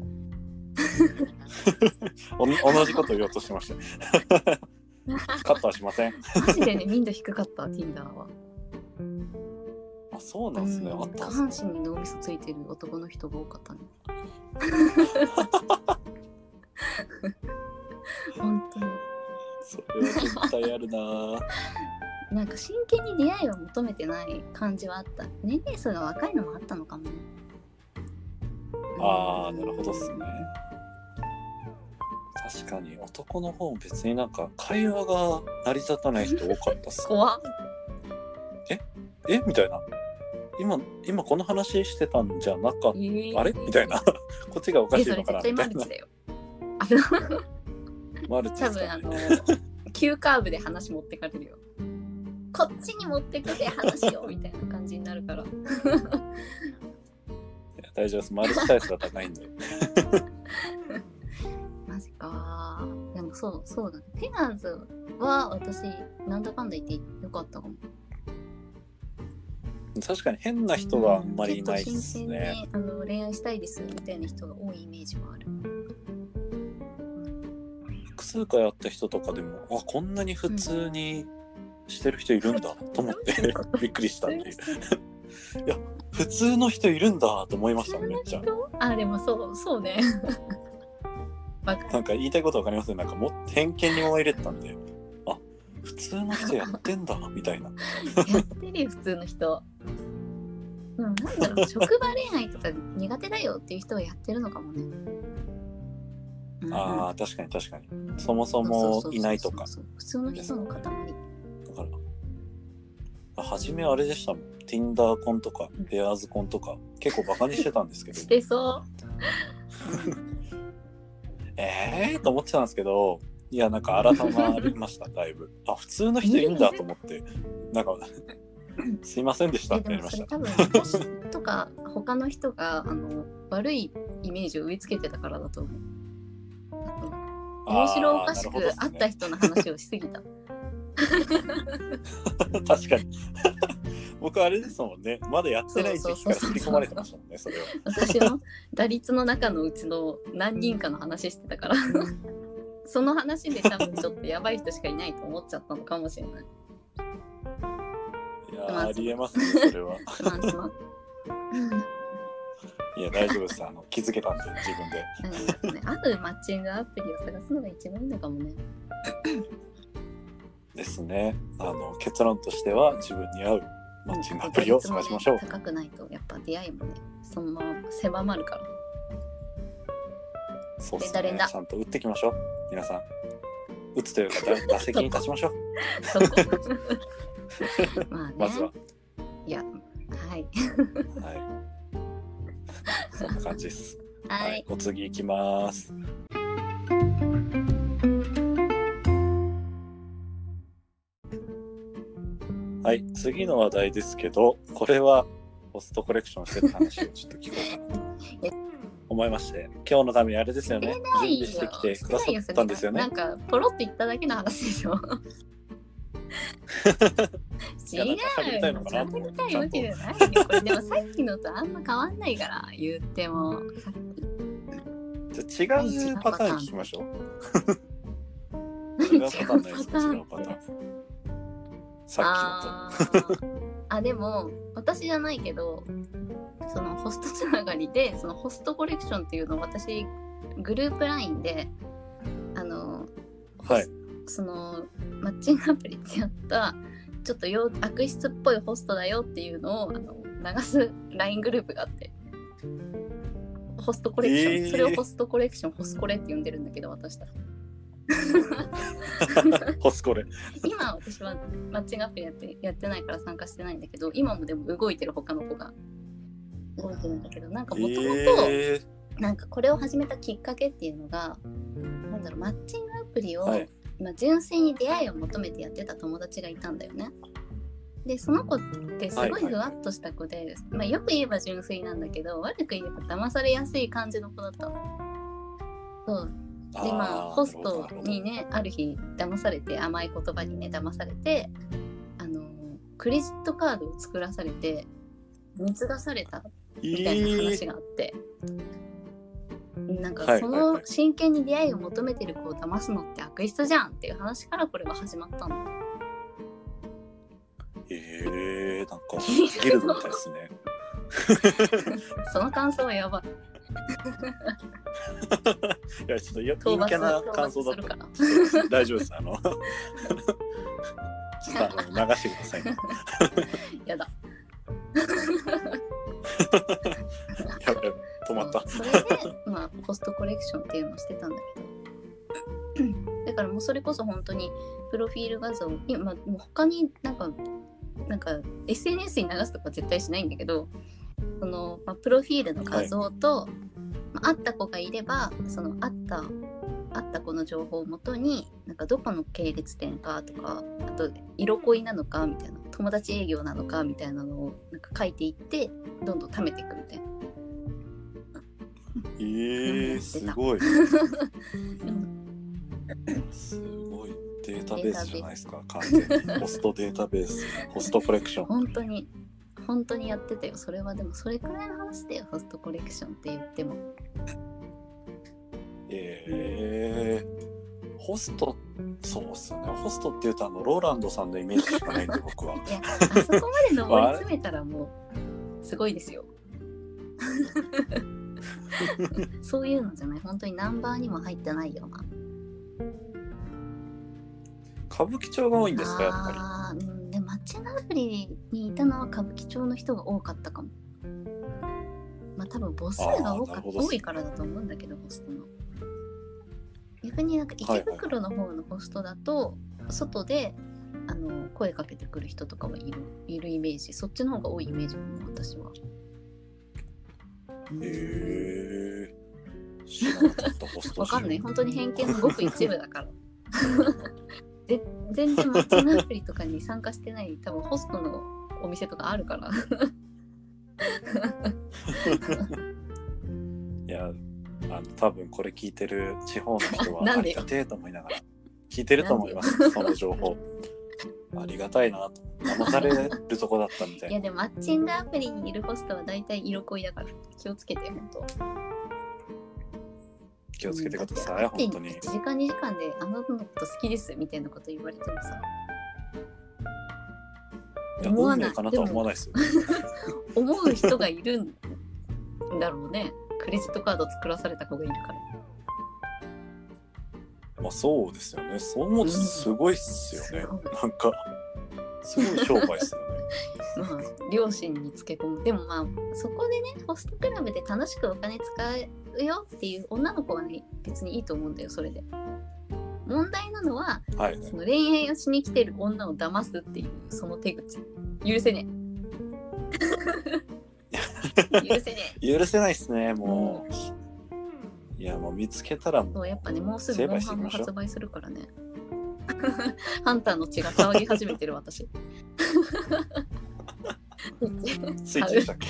B: おん同じこと言おうとして ました。カットはしません。
A: マジでね民度低かった Tinder は
B: あ、そうなんですね。
A: うん
B: あった
A: 下
B: んです
A: 半
B: ね
A: 身に脳みそついてる男の人が多か ったね本当に
B: それは絶対あるなぁ。
A: なんか真剣に出会いを求めてない感じはあった年齢層が若いのもあったのかもね
B: ああ、なるほどっすね。確かに男の方も別になんか会話が成り立たない人多かったっす。
A: 怖っ
B: えみたいな。今、今この話してたんじゃなかっ
A: えー
B: た。あれみたいな。 こっちがおか
A: え
B: し
A: そ
B: い
A: れ
B: のか
A: 絶
B: な
A: 対
B: みた
A: マルチ。だよあの
B: いなマルチ
A: 多
B: です
A: 分あ
B: か、ね。
A: の急カーブで話持ってかれるよこっちに持ってくで話をみたいな感じになるから
B: いや大丈夫です。マルチ体質が高いんで。
A: マジかでもそうそうだねペガーズは私なんだかんだ言ってよかったかも
B: 確かに変な人があんまりいないで
A: です
B: ね。
A: あの恋愛したいですみたいな人が多いイメージもある
B: 複数回会った人とかでも、あ、こんなに普通にしてる人いるんだと思って、 びっくりしたっていう。いや、普通の人いるんだと思いました、めっちゃ。
A: あでもそうそう ねわかる
B: なんか言いたいことわかりますね。なんかもっと偏見にも入れてたんで、あ、普通の人やってんだ、みたいな。
A: やってるよ普通の人でもなんだろう職場恋愛とか苦手だよっていう人はやってるのかもね、うん
B: ああ、確かに確かに。そもそもいないとか。
A: そうそうそうそう普通の人の塊
B: だから、あ初めあれでしたもん。Tinder 婚とか、ベアーズ婚とか、結構バカにしてたんですけど
A: し、て そう
B: えーと思ってたんですけど、いや、なんか改まりま した、だいぶ。あ、普通の人いるんだと思って、なんか、すいませんでした
A: え
B: って
A: で
B: なり
A: も
B: ま
A: そ
B: し
A: れ
B: た。
A: 多分私とか他の人があの悪いイメージを植え付けてたからだと思う面白おかしく
B: あ
A: 会
B: ー
A: っ
B: な
A: た
B: る
A: 人の話をしすぎた、
B: ほどっすね 確かに。僕あれですもんね、まだやってない時期から振り込まれてましたもんね、それは。
A: 私の打率の中のうちの何人かの話してたからその話で多分ちょっとやばい人しかいないと思っちゃったのかもしれない
B: いやーありえますね、それは。
A: すまんすまんうん
B: いや、大丈夫です。あの気づけたんで、自
A: う
B: 分で。
A: んね合うマッチングアプリを探すのが一番いいのかもね
B: ですね。あの結論としては、自分に合うマッチングアプリを探しましょう
A: 打率。もね高くないとやっぱ出会いもねそのまま狭まるから
B: そうです
A: 連打連
B: ね
A: 打。
B: ちゃんと打っていきましょう。皆さん。打つというか、 だ打席に立ちましょう。
A: そこ まあね。
B: まずは。
A: いや、はい。
B: はい。そんな感じです。
A: はい。
B: お次行きます。はい、次の話題ですけど、これはポストコレクションしてた話をちょっと聞こうかなと 思いまして、今日のためにあれですよね、準備してきてくださったんですよ
A: な
B: ね
A: ん。か、ポロって言っただけの話でし ょ。違う
B: い
A: よ
B: やなんか喋りたいのかなと思
A: 喋
B: っ
A: り
B: て
A: たいわけじゃないよこれでもさっきのとあんま変わんないから言ってもさっき
B: じゃあ違うパターン聞きましょう。違うパターンないですか、違うパターン。さ
A: あーあでも私じゃないけどそのホストつながりでそのホストコレクションっていうのを私グループ LINE であの
B: っきのと。はい。
A: そのマッチングアプリでやったちょっとよ悪質っぽいホストだよっていうのをあの流す LINE グループがあってホストコレクション、
B: えー
A: それをホストコレクションホスコレって呼んでるんだけど私たち
B: ホスコレ。
A: 今私はマッチングアプリやってやってないから参加してないんだけど今もでも動いてる他の子が動いてるんだけどなんかもともと
B: え
A: なんかこれを始めたきっかけっていうのがなんだろうマッチングアプリを、
B: はい
A: まあ、純粋に出会いを求めてやってた友達がいたんだよね。でその子ってすご
B: はい
A: い
B: はい
A: ふわっとした子で、まあ、よく言えば純粋なんだけど悪く言えば騙されやすい感じの子だったの。そうでまあホス
B: なるほ
A: ト
B: どなるほど
A: にねある日騙されて甘い言葉にね騙されてあのクレジットカードを作らされて貢がされたみたいな話があって、なん
B: は
A: か
B: い
A: そ
B: はいは
A: の
B: い
A: 真剣に出会いを求めてる子を騙すのって悪質じゃんっていう話からこれは始まったの。
B: えー、えー、なんかギルドみたいですね。
A: その感想はやばい。
B: いやちょっといや
A: 討
B: 陰
A: 伐
B: キャな
A: 討伐
B: 感想だっ
A: する
B: た
A: か
B: んで
A: ら。
B: 大丈夫ですあのちょっとあの流してくださいね。
A: やだ。
B: やべ止まった。
A: それで、 まあ、ポストコレクションっていうのをしてたんだけど。 だからもうそれこそ本当にプロフィール画像今もう他になんかなんか SNS に流すとか絶対しないんだけどその、まあ、プロフィールの画像と、まあ、会った子がいればその会った会った子の情報をもとになんかどこの系列店かとかあと色恋なのかみたいな友達営業なのかみたいなのをなんか書いていってどんどん貯めていくみたいな。
B: えー、すごい。すごいデータベースじゃないですか完全にホストデータベースホストコレクション
A: 本当に本当にやってたよそれはでもそれくらいの話だよホストコレクションって言っても
B: えー、ホストそうっすよねホストっていうとあのローランドさんのイメージしかないんで僕はい
A: や あそこまで上り詰めたらもうすごい ですよそういうのじゃない本当にナンバーにも入ってないような
B: 歌舞伎町が多いんですかやっぱり
A: あーうんで町なぶりにいたのは歌舞伎町の人が多かったかもまあ多分母数が多
B: あーな
A: か
B: るほど
A: 多いからだと思うんだけどホストの逆になんか池袋の方のホストだと外であの声かけてくる人とかはいるいるイメージそっちの方が多いイメージかな私は
B: えー、知らなかったホスト
A: わかんない
B: 知
A: 本当に偏見のごく一部だ からぜ全然マッチングアプリとかに参加してない多分ホストのお店とかあるから
B: らんいやあの多分これ聞いてる地方の人は
A: な
B: あ
A: んで
B: り
A: よ
B: がてえと思いながら聞いてると思いますその情報ありがたいなと騙されるとこだったみたい
A: い
B: な
A: やでもマッチングアプリにいるホストは大体色恋だから気をつけて本当
B: 気をつけてください、本当に
A: 1。時間2時間であなたのこと好きですみたいなこと言われてもさ
B: いや
A: 思わ
B: 運
A: な
B: 命
A: い
B: かな
A: で
B: とは思わ
A: も
B: ないですよ。
A: 思う人がいるんだろうねクレジットカード作らされた子がいるから
B: まあそうですよね。そう思うとすごいっすよね。
A: うん
B: なんか、すごい商売っすよね。
A: まあ両親につけ込むでもまあそこでねホストクラブで楽しくお金使うよっていう女の子はね別にいいと思うんだよそれで問題なのは
B: はい。
A: その恋愛をしに来てる女を騙すっていうその手口許せねえ許 せねえ
B: 許せないっすね、もう。いや、もう見つけたらも。
A: そううやっぱねもうす
B: 成
A: ぐモン
B: 敗して
A: ハ
B: い
A: ン
B: き
A: も
B: ましょう
A: 発売するからね ハンターの血が騒ぎ始めてる私
B: スイッチでしたっけ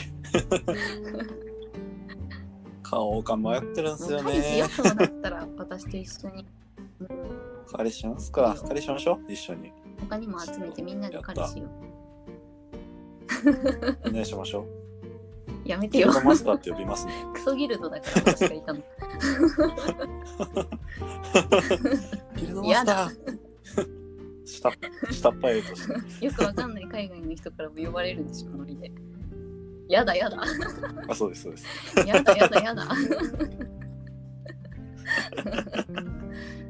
B: 買おうか迷ってるんですよ
A: 彼氏よ
B: ね。
A: くもなったら私と一緒に
B: 彼氏しますか。彼氏しましょう。一緒に。
A: 他にも集めてみんなで彼氏を
B: お願いしましょう。
A: やめて
B: ギル
A: よ
B: ドマスターって呼びますね。
A: クソギルドだから私がいたの
B: ギルドマスター下っ下っ端として。
A: よくわかんない海外の人からも呼ばれるんでしょノリでやだやだ
B: あ、そうです、そうです。
A: やだやだやだ。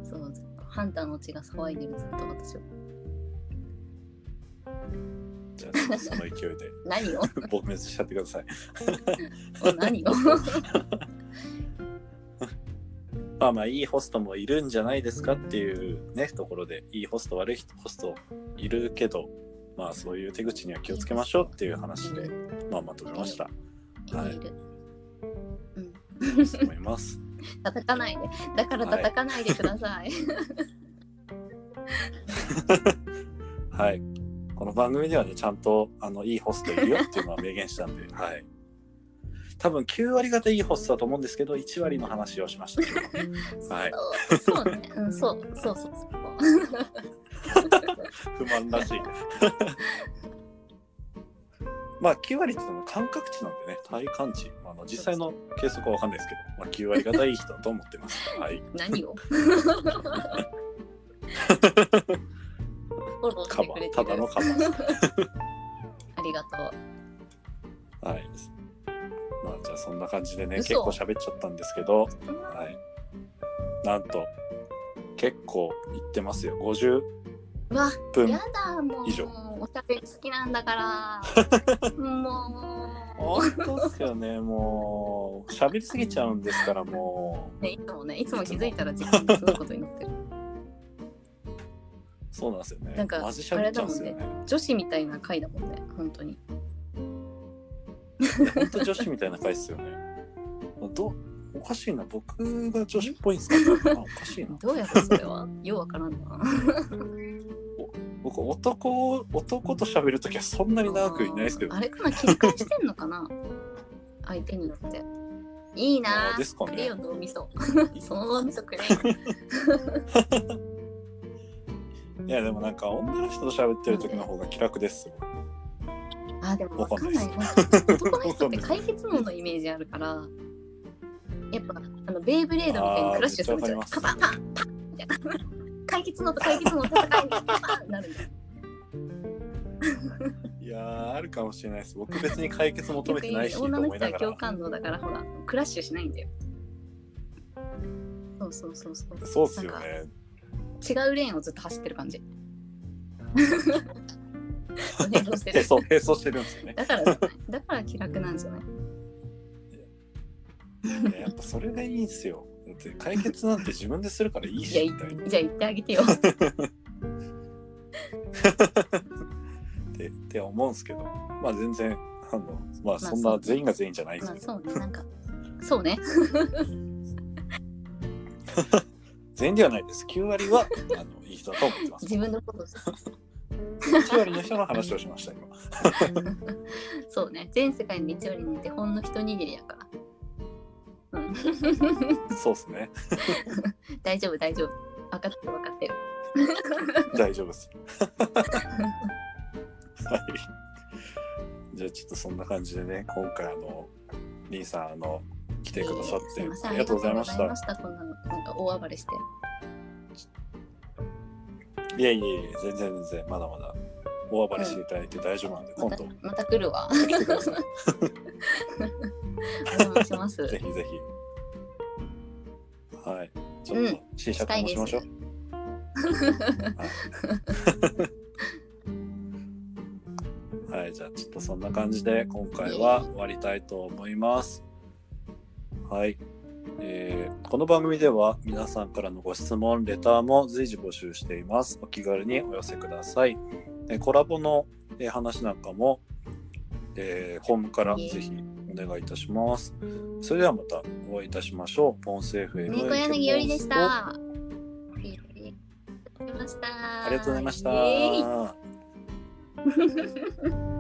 A: そう、ずっとハンターの血が騒いでるずっと私は。
B: じゃあ、ちょっとその勢いで
A: 何 を
B: 撲滅しちゃってください。
A: お何を
B: まあまあ、いいホストもいるんじゃないですかっていうね、ところで、いいホスト、悪いホストいるけど、まあそういう手口には気をつけましょうっていう話で、まあまとめました。はい
A: いる。うん
B: そう思います。
A: 叩かないで。だから叩かないでください。
B: はい。この番組ではね、ちゃんと、あの、いいホストいるよっていうのは明言したんで、はい。多分9割方いいホストだと思うんですけど1割の話をしましたけどはい
A: そうそうね、うん、そうそうそう
B: 不満らしい まあ9割っていうのは感覚値なんでね体感値、まあ、あの実際の計測は分かんないですけど、まあ、9割方いい人だと思ってます はい
A: そう何 をフォローし
B: カ
A: て
B: バ
A: くれ
B: ー
A: て
B: ただの
A: る
B: カバー
A: ありがとう
B: はい。まあじゃあそんな感じでね、結
A: 嘘
B: 構喋っちゃったんですけど、はい。なんと、結構いってますよ。50
A: うわ
B: 分
A: や。だもう
B: 以上
A: おしゃべり好きなんだから も
B: 本当っすよね、もう。喋りすぎちゃうんですから、も
A: う、ね、いつもねいつも気づいたら自分がすごいことになってる
B: う。そうなんですよね。
A: なんか
B: マジ喋っちゃうんですよね。
A: 女子みたいな回だもんね本当に
B: 本当女子みたいな回っすよね。どうおかしいな。僕が女子っぽいん すかねあおかしいな。
A: どうやってそれ はようわからんな
B: 僕、男を、男と喋るときはそんなに長くいないですけど
A: あれかな切り返してんのかな相手によっていいな
B: あーですかね
A: くれよ脳みそ その脳みそくれよ
B: いやでもなんか女の人と喋ってる時の方が気楽 です。
A: あーでもわかんないな 男の人って解決能のイメージあるからやっぱあのベイブレードみたいにクラッシュするじゃん
B: あーめっちゃ
A: カパンパンパンみたいな解決能と解決能の戦い にパンパンなるんだよ
B: いやーあるかもしれないです。僕別に解決求め
A: 逆
B: てない
A: に
B: しと
A: 女の
B: 思い
A: 人は
B: なが
A: 共
B: ら。
A: 感能だからほらクラッシュしないんだよそうそうそうそう
B: そうっすよね。
A: 違うレーンをずっと走ってる感じ。 並走して
B: へ
A: る
B: そへそしてるんですよね。
A: だからじゃないだから気楽なんじゃない
B: いややっぱそれがいいんすよ。だって解決なんて自分でするからいい
A: いや
B: し
A: い
B: みたいな。
A: じゃあ言ってあげ てよ。
B: ってって思うんすけど、まあ全然あのまあ
A: そう
B: そんな全員が全員じゃないんです
A: まあ
B: けど、
A: そうね、なんか。そうね。
B: 全員ではないです。9割はあのいい人だと思ってます。
A: 自分のこと。
B: 9割の人の話をしました今。
A: そうね。全世界の一割にいてほんの一握りやから。うん、
B: そうですね。
A: 大丈夫、大丈夫。分かってる、分かってる。
B: 大丈夫です。はい。じゃあちょっとそんな感じでね、今回あの、リンさんあの、来てくださっ
A: いえいえすい
B: て
A: ません
B: ありがとうございまし
A: ありがとうございました
B: た。
A: こんなの、なんか大暴れして。
B: いやいやいや、全然全然、まだまだ大暴れしていただいて大丈夫なんで、
A: ま
B: 今
A: た
B: 度、
A: また来るわ。
B: 来てくださ
A: お邪魔します。
B: い。ぜひぜひ。はい。ちょっと、新
A: し
B: 作
A: たい
B: も
A: で
B: し
A: す
B: ましょう。。はい、 じゃあちょっとそんな感じで今回は終わりたいと思います。はい。えーこの番組では皆さんからのご質問、レターも随時募集しています。お気軽にお寄せください。えーコラボの、えー話なんかも、えーホームからぜひお願いいたします。それではまたお会いいたしましょう。ポンセ FM
A: 猫柳よりでし
B: ケモンス
A: た。ありがとうございました
B: とありがとうございました。
A: イエーイ